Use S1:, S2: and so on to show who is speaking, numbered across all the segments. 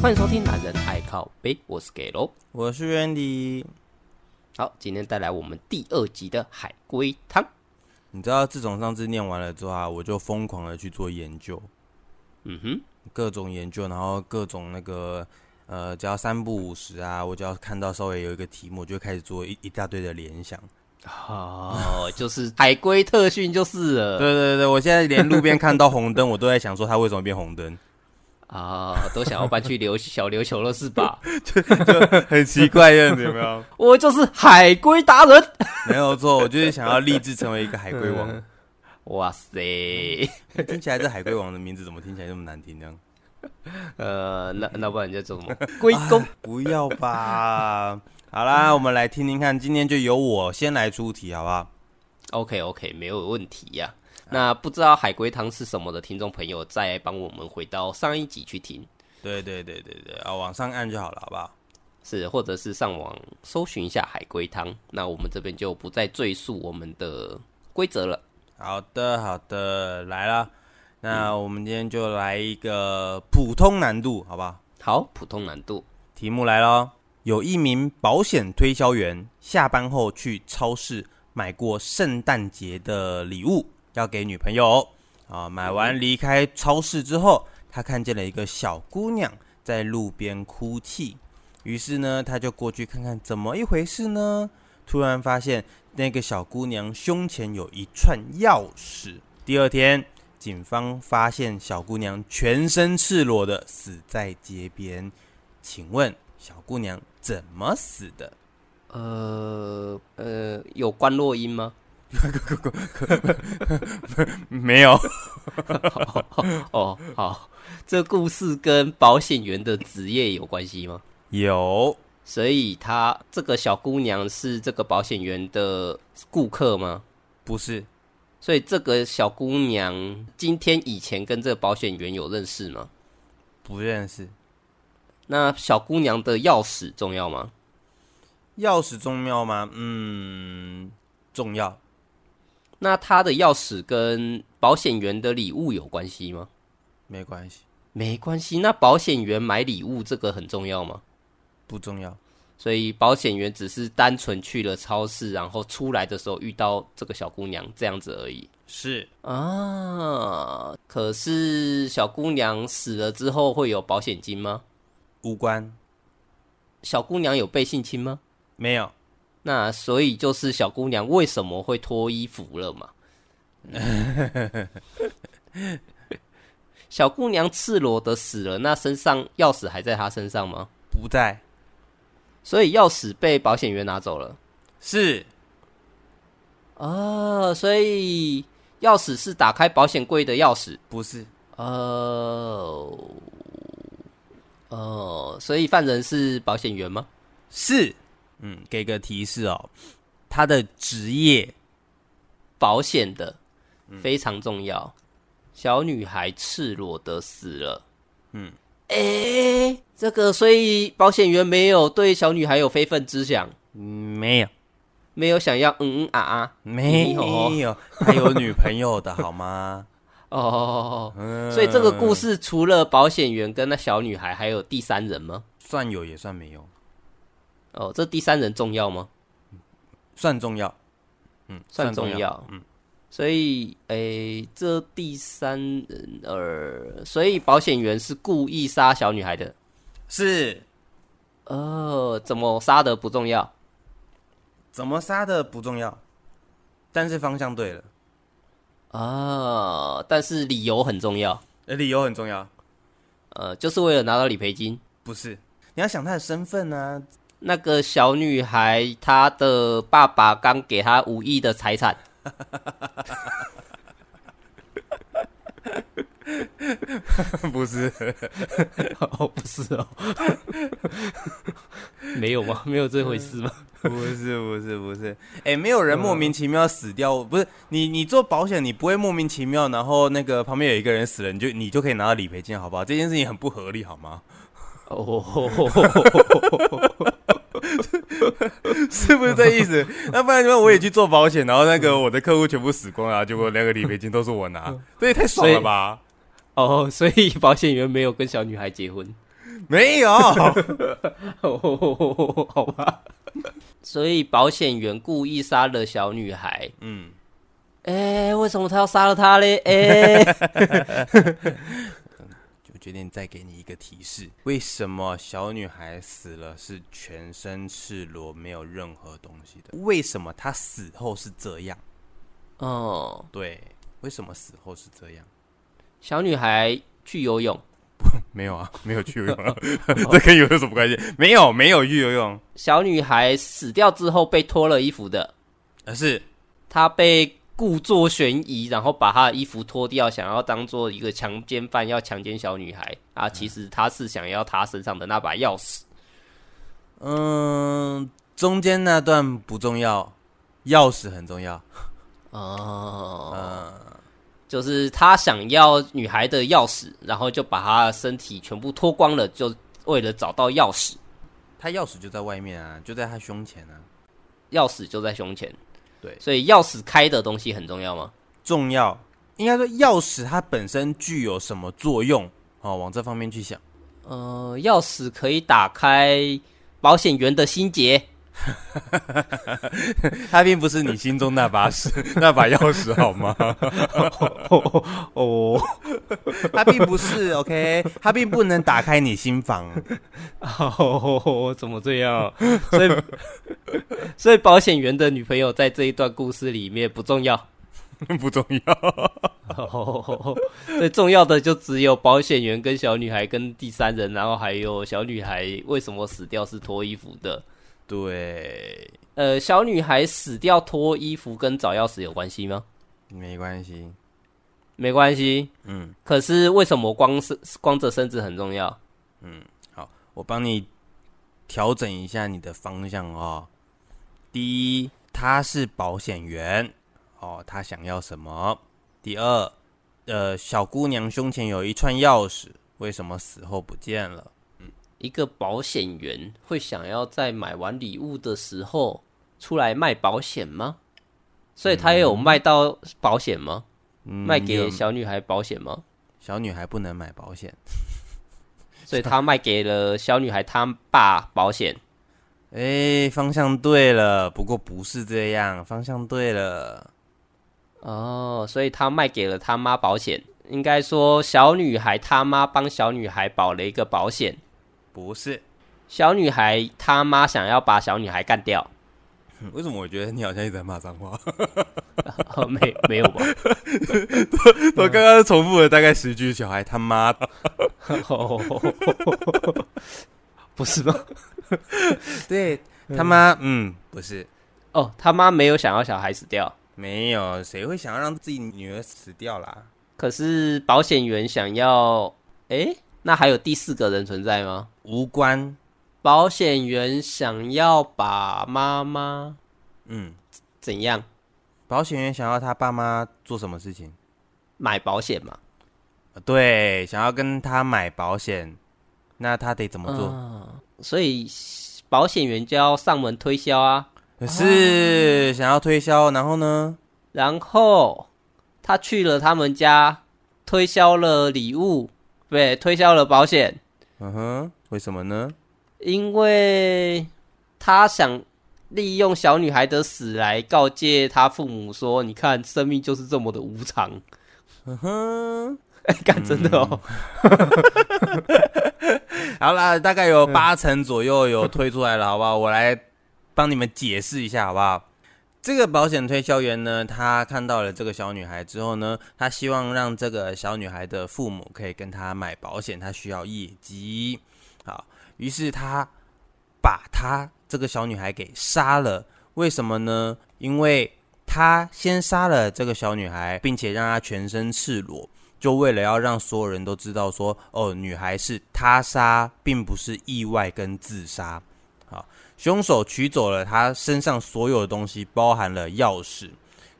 S1: 欢迎收听《男人爱靠背》，我是 g a o
S2: 我是 Randy。
S1: 好，今天带来我们第二集的海龟汤。
S2: 你知道，自从上次念完了之后啊，我就疯狂的去做研究，
S1: 嗯哼，
S2: 各种研究，然后各种那个呃，只要三不五十啊，我只要看到稍微有一个题目，我就开始做一一大堆的联想。
S1: 哦，就是海龟特训就是
S2: 对
S1: 了
S2: 对对，我现在连路边看到红灯，我都在想说它为什么变红灯，
S1: 啊、都想要搬去琉小琉球了是吧？
S2: 很奇怪样子，有没有？
S1: 我就是海龟达人。
S2: 没有错，我就是想要立志成为一个海龟 王。
S1: 哇塞，
S2: 听起来这海龟王的名字怎么听起来这么难听呢？
S1: 呃，那那不然就 叫什么龟公？
S2: 不要吧。好啦，我们来听听看，今天就由我先来出题，好不好？
S1: OK OK，没有问题呀、那不知道海龟汤是什么的听众朋友，再帮我们回到上一集去听，
S2: 对对对对对啊，往上按就好了，好不好？
S1: 是或者是上网搜寻一下海龟汤。那我们这边就不再赘述我们的规则了。
S2: 好的好的，来了。那我们今天就来一个普通难度，好不好？
S1: 好，普通难度。
S2: 题目来喽，有一名保险推销员下班后去超市买过圣诞节的礼物，要给女朋友哦啊。买完离开超市之后，他看见了一个小姑娘在路边哭泣，于是呢，他就过去看看怎么一回事呢？突然发现那个小姑娘胸前有一串钥匙。第二天，警方发现小姑娘全身赤裸的死在街边。请问小姑娘怎么死的？
S1: 呃呃，有关落音吗？
S2: 没有，
S1: 哦，好，这故事跟保险员的职业有关系吗？
S2: 有
S1: 所以她这个小姑娘是这个保险员的顾客吗？
S2: 不是？
S1: 所以这个小姑娘今天以前跟这个保险员有认识吗？
S2: 不认识。
S1: 那小姑娘的钥匙重要吗？
S2: 钥匙重要吗？嗯，重要。
S1: 那她的钥匙跟保险员的礼物有关系吗？
S2: 没关系，
S1: 没关系。那保险员买礼物这个很重要吗？
S2: 不重要。
S1: 所以保险员只是单纯去了超市，然后出来的时候遇到这个小姑娘这样子而已
S2: 是
S1: 啊。可是小姑娘死了之后会有保险金吗？
S2: 无关，
S1: 小姑娘有被性侵吗？
S2: 没有。
S1: 那所以就是小姑娘为什么会脱衣服了嘛？ 小姑娘赤裸的死了，那身上钥匙还在她身上吗？
S2: 不在。
S1: 所以钥匙被保险员拿走了
S2: 是
S1: 啊，所以钥匙是打开保险柜的钥匙
S2: 不是？
S1: 哦哦，所以犯人是保险员吗？
S2: 是。嗯，给个提示哦，他的职业
S1: 保险的非常重要。小女孩赤裸的死了。
S2: 嗯，
S1: 诶、这个所以保险员没有对小女孩有非分之想，
S2: 嗯没有，
S1: 没有想要嗯嗯啊啊
S2: 没
S1: 有
S2: 有，他有女朋友的好吗？
S1: 哦。
S2: 嗯，
S1: 所以这个故事除了保险员跟那小女孩，还有第三人吗？
S2: 算有也算没有，
S1: 哦，这第三人重要吗？
S2: 算重要。嗯，
S1: 算重
S2: 重
S1: 要。
S2: 嗯，
S1: 所以，诶、这第三人，呃，所以保险员是故意杀小女孩的。
S2: 是
S1: 哦，怎么杀的不重要。
S2: 怎么杀的不重要，但是方向对了，
S1: 啊，但是理由很重要，
S2: 呃，理由很重要，
S1: 呃，就是为了拿到理赔金。
S2: 不是？你要想他的身份啊呢、
S1: 那个小女孩，她的爸爸刚给她五亿的财产，
S2: 不是？
S1: 哦，不是哦， 没有 吗？没有这回事吗？
S2: 不是，不是，不是。哎、没有人莫名其妙死掉，不是你，你做保险，你不会莫名其妙，然后那个旁边有一个人死了，你就你就可以拿到理赔金，好不好？这件事情很不合理，好吗？
S1: 哦，
S2: 是不是这意思？ 那不然你说我也去做保险，然后那个我的客户全部死光了，结果那个理赔金都是我拿，这也太爽了吧？
S1: 哦，所以保险员没有跟小女孩结婚。
S2: 没有，
S1: 哦好吧。所以保险员故意杀了小女孩。
S2: 嗯，
S1: 哎、为什么他要杀了她嘞？哎、
S2: 我决定再给你一个提示：为什么小女孩死了是全身赤裸，没有任何东西的？为什么她死后是这样？
S1: 哦，
S2: 对，为什么死后是这样？
S1: 小女孩去游泳，
S2: 没有啊，没有去游泳啊， 这跟游泳有什么关系？没有，没有去游泳，
S1: 小女孩死掉之后被脱了衣服的，
S2: 而是
S1: 她被故作悬疑，然后把她的衣服脱掉，想要当做一个强奸犯要强奸小女孩啊。其实她是想要她身上的那把钥匙。
S2: 嗯，中间那段不重要，钥匙很重要。呃
S1: 哦，就是他想要女孩的钥匙，然后就把她的身体全部脱光了，就为了找到钥匙，
S2: 他钥匙就在外面啊，就在他胸前啊，
S1: 钥匙就在胸前。
S2: 对
S1: 所以钥匙开的东西很重要吗？
S2: 重要。应该说，钥匙它本身具有什么作用？哦，往这方面去想。
S1: 呃，钥匙可以打开保险员的心结。
S2: 它并不是你心中那把匙 那把钥匙，好 吗？
S1: 哦，
S2: 它并不是 OK，它并不能打开你心房。
S1: 哦，怎么这样？所以， 所以保险员的女朋友在这一段故事里面不重要。
S2: 不重要。
S1: 哦，最重要的就只有保险员跟小女孩跟第三人，然后还有小女孩为什么死掉是脱衣服的。
S2: 对，
S1: 呃，小女孩死掉脱衣服跟找钥匙有关系吗？
S2: 没关系。
S1: 没关系。
S2: 嗯，
S1: 可是为什么光是光着身子很重要？
S2: 我帮你调整一下你的方向哦。第一，他是保险员哦，他想要什么？第二，呃，小姑娘胸前有一串钥匙，为什么死后不见了？
S1: 一个保险员会想要在买完礼物的时候出来卖保险吗？所以他也有卖到保险吗？
S2: 嗯
S1: 卖
S2: 你
S1: 给
S2: 有
S1: 小女孩保险吗？
S2: 小女孩不能买保险。
S1: 所以他卖给了小女孩她爸保险。
S2: 哎，方向对了，不过不是这样，方向对了。
S1: 哦，所以他卖给了他妈保险，应该说小女孩他妈帮小女孩保了一个保险，
S2: 不是，
S1: 小女孩他妈想要把小女孩干 掉，
S2: 为什么我觉得你好像一直在骂脏话？
S1: 哦、没没有 吧？
S2: 我刚刚重复了大概十句，小孩他妈的。
S1: 哦 不是吗？
S2: 对他妈，嗯，不是，
S1: 哦，他妈没有想要小孩死掉，
S2: 没有，谁会想要让自己女儿死掉啦？
S1: 可是保险员想要，诶，那还有第四个人存在吗？
S2: 无关，
S1: 保险员想要把妈妈
S2: 嗯，
S1: 怎样
S2: 保险员想要他爸妈做什么事情？
S1: 买保险嘛？
S2: 呃对，想要跟他买保险，那他得怎么做？
S1: 啊所以保险员就要上门推销啊。
S2: 可是想要推销，然后呢？
S1: 然后他去了他们家，推销了礼物，对，推销了保险，
S2: 嗯哼，为什么呢？
S1: 因为他想利用小女孩的死来告诫他父母说：“你看，生命就是这么的无常。
S2: 嗯哼，”
S1: 哎，干真的哦，
S2: 好啦，大概有八成左右有推出来了，好不好？我来帮你们解释一下，好不好？这个保险推销员呢，他看到了这个小女孩之后呢，他希望让这个小女孩的父母可以跟她买保险，他需要业绩。好，于是他把她这个小女孩给杀了。为什么呢？因为他先杀了这个小女孩，并且让她全身赤裸，就为了要让所有人都知道说，哦，女孩是他杀，并不是意外跟自杀。好，凶手取走了她身上所有的东西，包含了钥匙，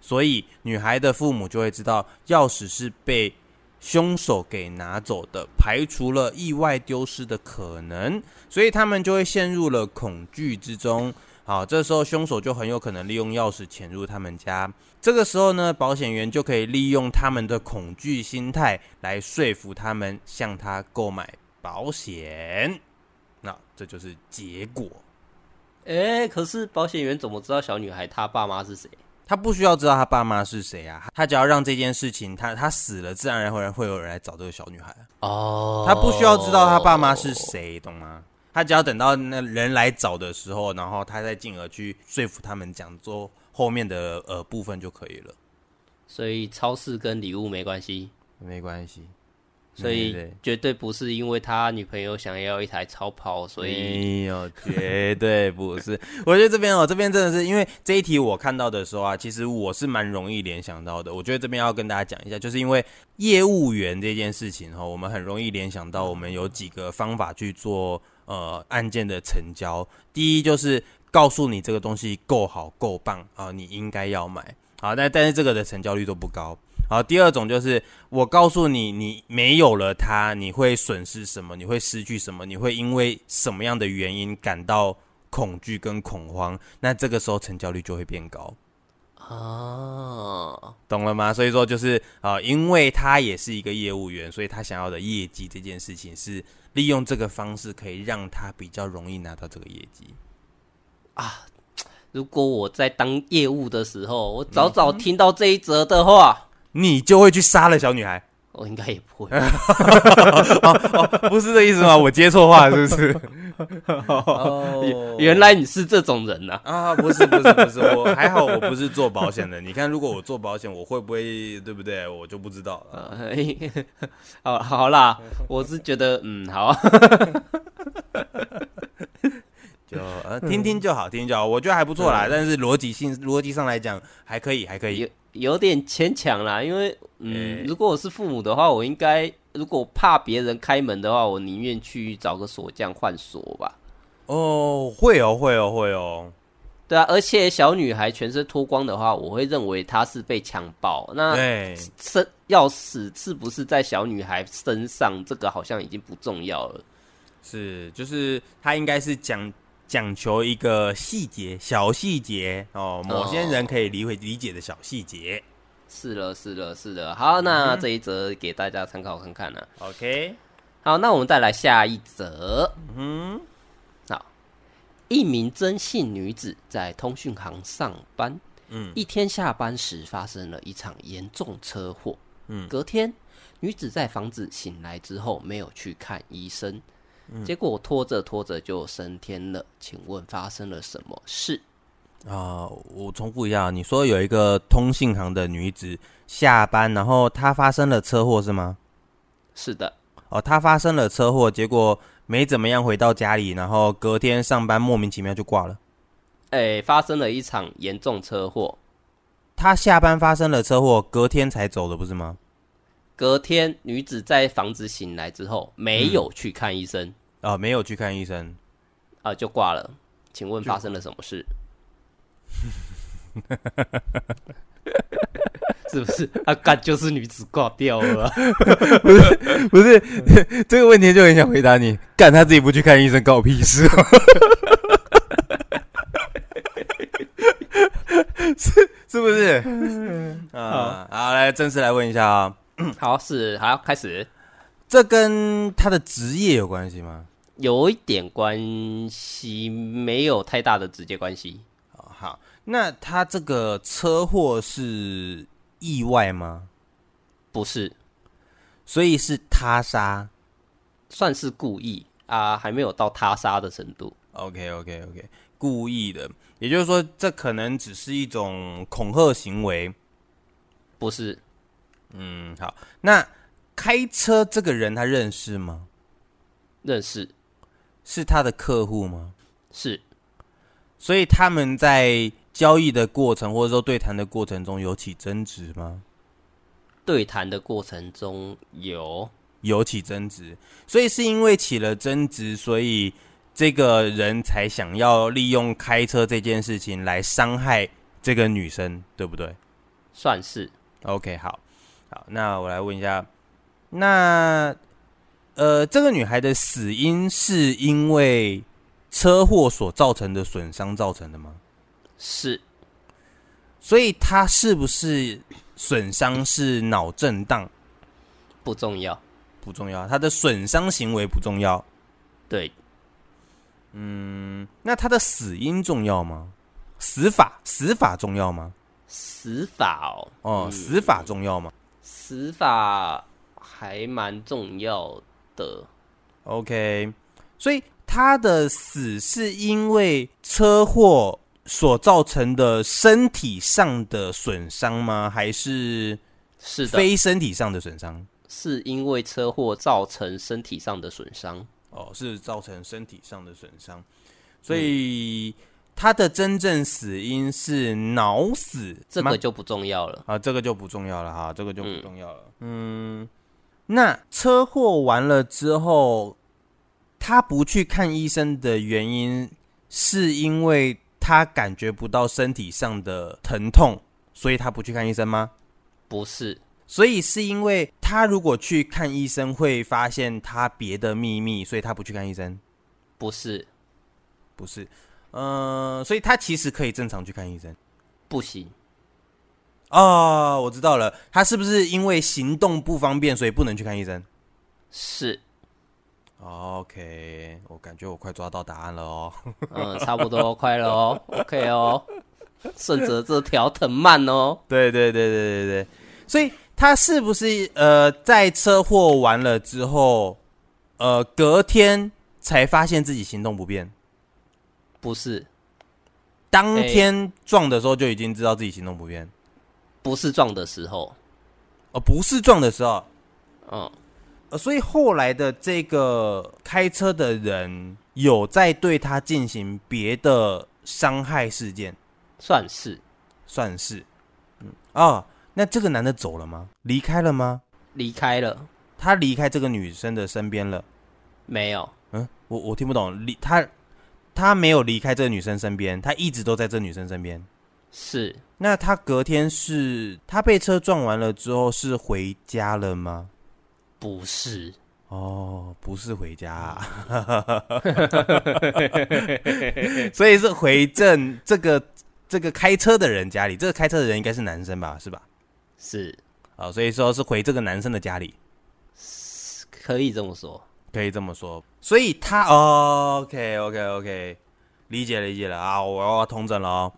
S2: 所以女孩的父母就会知道钥匙是被凶手给拿走的，排除了意外丢失的可能，所以他们就会陷入了恐惧之中。好，这时候凶手就很有可能利用钥匙潜入他们家。这个时候呢，保险员就可以利用他们的恐惧心态来说服他们向他购买保险。那这就是结果。
S1: 哎、可是保险员怎么知道小女孩她爸妈是谁？
S2: 他不需要知道他爸妈是谁啊，他只要让这件事情，他他死了，自然而然会有人来找这个小女孩啊。
S1: 哦
S2: 他不需要知道他爸妈是谁，懂吗？他只要等到那人来找的时候，然后他再进而去说服他们讲做后面的呃部分就可以了，
S1: 所以超市跟礼物没关系，
S2: 没关系。
S1: 所
S2: 对
S1: 以
S2: 对
S1: 绝对不是因为他女朋友想要一台超跑，所以
S2: 没有，绝对不是。我觉得这边哦，这边真的是因为这一题我看到的时候啊，其实我是蛮容易联想到的。我觉得这边要跟大家讲一下，就是因为业务员这件事情哈、哦，我们很容易联想到我们有几个方法去做呃案件的成交。第一就是告诉你这个东西够好够棒啊，你应该要买好，但但是这个的成交率都不高。好，第二种就是我告诉你，你没有了它，你会损失什么？你会失去什么？你会因为什么样的原因感到恐惧跟恐慌？那这个时候成交率就会变高，
S1: 啊，
S2: 懂了吗？所以说就是啊、呃因为他也是一个业务员，所以他想要的业绩这件事情是利用这个方式可以让他比较容易拿到这个业绩。
S1: 如果我在当业务的时候，我早早听到这一则的话，
S2: 你就会去杀了小女孩，
S1: 我应该也不会。
S2: 不是这意思吗？我接错话了是不是？
S1: 哦， 原来你是这种人呐、
S2: 啊，不是不是不是，我还好，我不是做保险的。你看，如果我做保险，我会不会对不对？我就不知道了。
S1: 啊！ 好，好啦，我是觉得，嗯， 好，
S2: 就呃，听听就好，听听就好，我觉得还不错啦。但是逻辑性、逻辑上来讲，还可以，还可以。
S1: 有有点牵强啦，因为，嗯，
S2: 哎
S1: 如果我是父母的话，我应该，如果怕别人开门的话，我宁愿去找个锁匠换锁吧。
S2: 哦，会哦，会哦，会哦。
S1: 对啊，而且小女孩全身脱光的话，我会认为她是被强暴。那
S2: 对，
S1: 身要死是不是在小女孩身上，这个好像已经不重要了。
S2: 是，就是他应该是讲讲求一个细节、小细节哦，某些人可以理会理解的小细节。
S1: 是了，是了，是了。好，
S2: 嗯
S1: 那这一则给大家参考看看啊啦、
S2: OK，
S1: 好，那我们再来下一则。
S2: 嗯，
S1: 好，一名曾姓女子在通讯行上班，
S2: 嗯
S1: 一天下班时发生了一场严重车祸，
S2: 嗯
S1: 隔天女子在房子醒来之后没有去看医生，
S2: 嗯
S1: 结果拖着拖着就升天了。请问发生了什么事？
S2: 啊、我重复一下，啊你说有一个通信行的女子下班，然后她发生了车祸是吗？
S1: 是的，
S2: 哦，她发生了车祸，结果没怎么样回到家里，然后隔天上班莫名其妙就挂了。
S1: 诶、哎发生了一场严重车祸，
S2: 她下班发生了车祸，隔天才走的不是吗？
S1: 隔天女子在房子醒来之后
S2: 嗯
S1: 没有去看医生，
S2: 啊、没有去看医生。
S1: 啊、就挂了。请问发生了什么事？ 是不是？啊，干就是女子挂掉了。
S2: 不是 这个问题就很想回答你，干他自己不去看医生，关我屁事。哦 是是不是？啊，好，来正式来问一下啊、
S1: 好，是好，开始
S2: 这跟他的职业有关系吗？
S1: 有一点关系，没有太大的直接关系。
S2: 哦好，那他这个车祸是意外吗？
S1: 不是，
S2: 所以是他杀。
S1: 算是故意啊，还没有到他杀的程度。
S2: OK OK OK，故意的，也就是说，这可能只是一种恐吓行为。
S1: 不是，
S2: 嗯，好，那开车这个人他认识吗？
S1: 认识
S2: 是他的客户吗？
S1: 是
S2: 所以他们在交易的过程或者说对谈的过程中有起争执吗？
S1: 对谈的过程中有
S2: 有起争执，所以是因为起了争执，所以这个人才想要利用开车这件事情来伤害这个女生，对不对
S1: 算是
S2: ？OK，好，好，那我来问一下，那呃，这个女孩的死因是因为车祸所造成的损伤造成的吗？
S1: 是
S2: 所以她是不是损伤是脑震荡
S1: 不重要。
S2: 不重要，他的损伤行为不重要。
S1: 对，
S2: 嗯，那他的死因重要吗？死法死法重要吗？
S1: 死法哦，
S2: 哦，死法重要吗
S1: 死法还蛮重要的。
S2: ？OK，所以他的死是因为车祸所造成的身体上的损伤吗？还是
S1: 是的，
S2: 非身体上的损伤？
S1: 是因为车祸造成身体上的损伤。
S2: 哦，是造成身体上的损伤，所以他嗯的真正死因是脑死吗，
S1: 这个就不重要了。
S2: 啊，这个就不重要了哈，这个就不重要了。嗯那车祸完了之后，他不去看医生的原因，是因为他感觉不到身体上的疼痛，所以他不去看医生吗？
S1: 不是，
S2: 所以是因为他如果去看医生，会发现他别的秘密，所以他不去看医生，
S1: 不是，
S2: 不是？嗯、所以他其实可以正常去看医生。
S1: 不行，
S2: 哦，我知道了，他是不是因为行动不方便，所以不能去看医生？
S1: 是，
S2: OK，我感觉我快抓到答案了哦。
S1: 嗯，差不多快了哦，OK 哦，顺着这条藤蔓哦，
S2: 对对对对对对，所以他是不是呃在车祸完了之后，呃隔天才发现自己行动不便？
S1: 不是，
S2: 当
S1: 哎
S2: 天撞的时候就已经知道自己行动不便？
S1: 不是撞的时候，
S2: 哦，不是撞的时候，
S1: 嗯，
S2: 呃，所以后来的这个开车的人有在对他进行别的伤害事件，
S1: 算是
S2: 算是，嗯啊、那这个男的走了吗？离开了吗？
S1: 离开了，
S2: 他离开这个女生的身边了。
S1: 没有，
S2: 嗯，我我听不懂，离他他没有离开这个女生身边，他一直都在这女生身边。
S1: 是
S2: 那他隔天是他被车撞完了之后是回家了吗？
S1: 不是？
S2: 哦，不是回家、啊，所以是回正这个这个开车的人家里。这个开车的人应该是男生吧？是吧？
S1: 是，
S2: 啊、所以说是回这个男生的家里。
S1: 可以这么说，
S2: 可以这么说。所以他、哦、OK OK OK，理解理解了啊，我要通整了哦。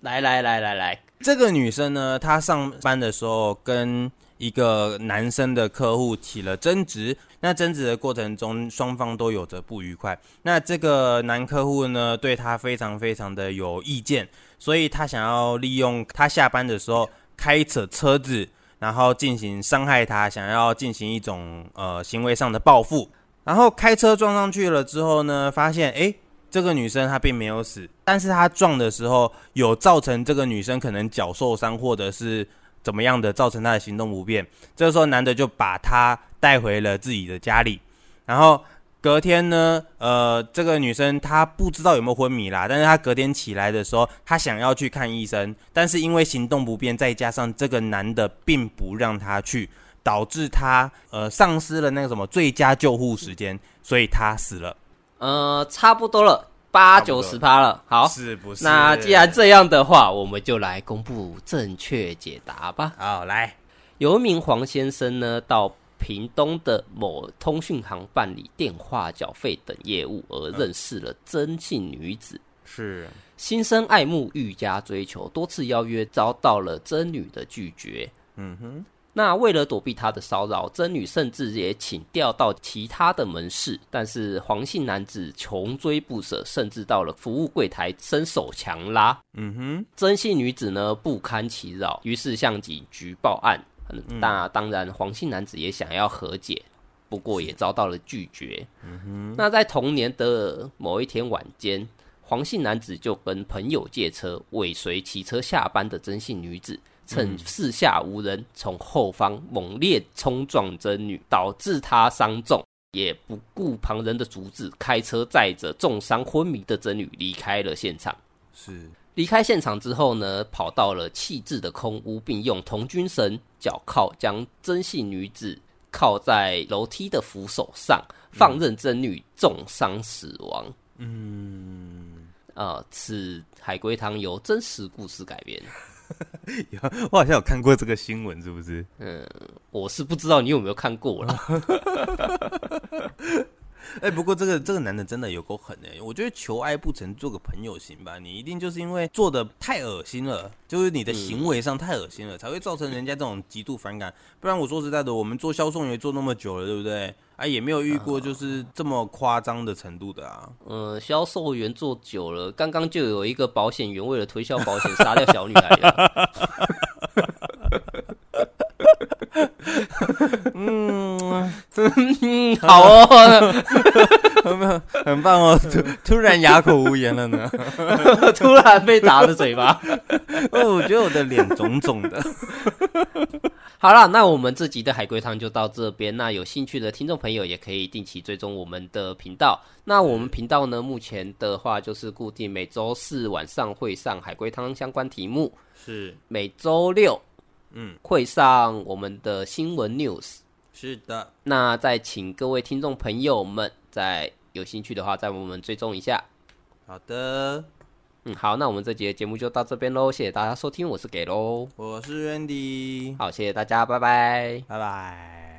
S1: 来来来来来，
S2: 这个女生呢，她上班的时候跟一个男生的客户起了争执，那争执的过程中，双方都有着不愉快。那这个男客户呢，对她非常非常的有意见，所以他想要利用他下班的时候开着车子，然后进行伤害她，想要进行一种呃行为上的报复。然后开车撞上去了之后呢，发现诶。这个女生她并没有死，但是她撞的时候有造成这个女生可能脚受伤，或者是怎么样的，造成她的行动不便。这时候男的就把她带回了自己的家里，然后隔天呢，呃，这个女生她不知道有没有昏迷啦，但是她隔天起来的时候，她想要去看医生，但是因为行动不便，再加上这个男的并不让她去。导致她呃丧失了那个什么最佳救护时间，所以她死了。
S1: 呃，差不多了，八
S2: 差不
S1: 九
S2: 多
S1: 十趴了，好。
S2: 是不是？
S1: 那既然这样的话，我们就来公布正确解答吧。
S2: 好来，
S1: 有一名黄先生呢，到屏东的某通讯行办理电话缴费等业务，而认识了曾姓女子，
S2: 是
S1: 心生爱慕，愈加追求，多次邀约遭到了曾女的拒绝。
S2: 嗯
S1: 哼，那为了躲避他的骚扰，曾女甚至也请调到其他的门市，但是黄姓男子穷追不舍，甚至到了服务柜台伸手强拉。
S2: 嗯
S1: 曾姓女子呢不堪其扰，于是向警局报案。嗯那当然，黄姓男子也想要和解，不过也遭到了拒绝。那在同年的某一天晚间，黄姓男子就跟朋友借车，尾随骑车下班的曾姓女子，趁四下无人，从后方猛烈冲撞曾女，导致她伤重，也不顾旁人的阻止，开车载着重伤昏迷的曾女离开了现场。
S2: 哼，是
S1: 离开现场之后呢，跑到了弃置的空屋，并用童军绳、脚铐将曾姓女子铐在楼梯的扶手上，放任曾女重伤死亡。嗯，呃，此海龟汤由真实故事改编。
S2: 有 我好像有看过这个新闻，是不是？
S1: 我是不知道你有没有看过啦。
S2: 哎、不过这个这个男的真的有够狠哎、我觉得求爱不成，做个朋友行吧。你一定就是因为做的太恶心了，就是你的行为上太恶心了，才会造成人家这种极度反感。不然我说实在的，我们做销售员做那么久了，对不对？啊，也没有遇过就是这么夸张的程度的啊。
S1: 嗯，销售员做久了，刚刚就有一个保险员为了推销保险杀掉小女孩了。嗯，好哦，
S2: 很棒哦，突突然哑口无言了呢。
S1: 突然被打了嘴巴。
S2: 哦，我觉得我的脸肿肿的。
S1: 好了，那我们这集的海龟汤就到这边。那有兴趣的听众朋友也可以定期追踪我们的频道。那我们频道呢，目前的话就是固定每周四晚上会上海龟汤相关题目，
S2: 是
S1: 每周六
S2: 嗯
S1: 会上我们的新闻 news。
S2: 是的，
S1: 那再请各位听众朋友们，在有兴趣的话，再为我们追踪一下。
S2: 好的，
S1: 嗯，好，那我们这集的节目就到这边喽，谢谢大家收听，我是给喽，
S2: 我是 Randy，
S1: 好，谢谢大家，拜拜。
S2: 拜拜。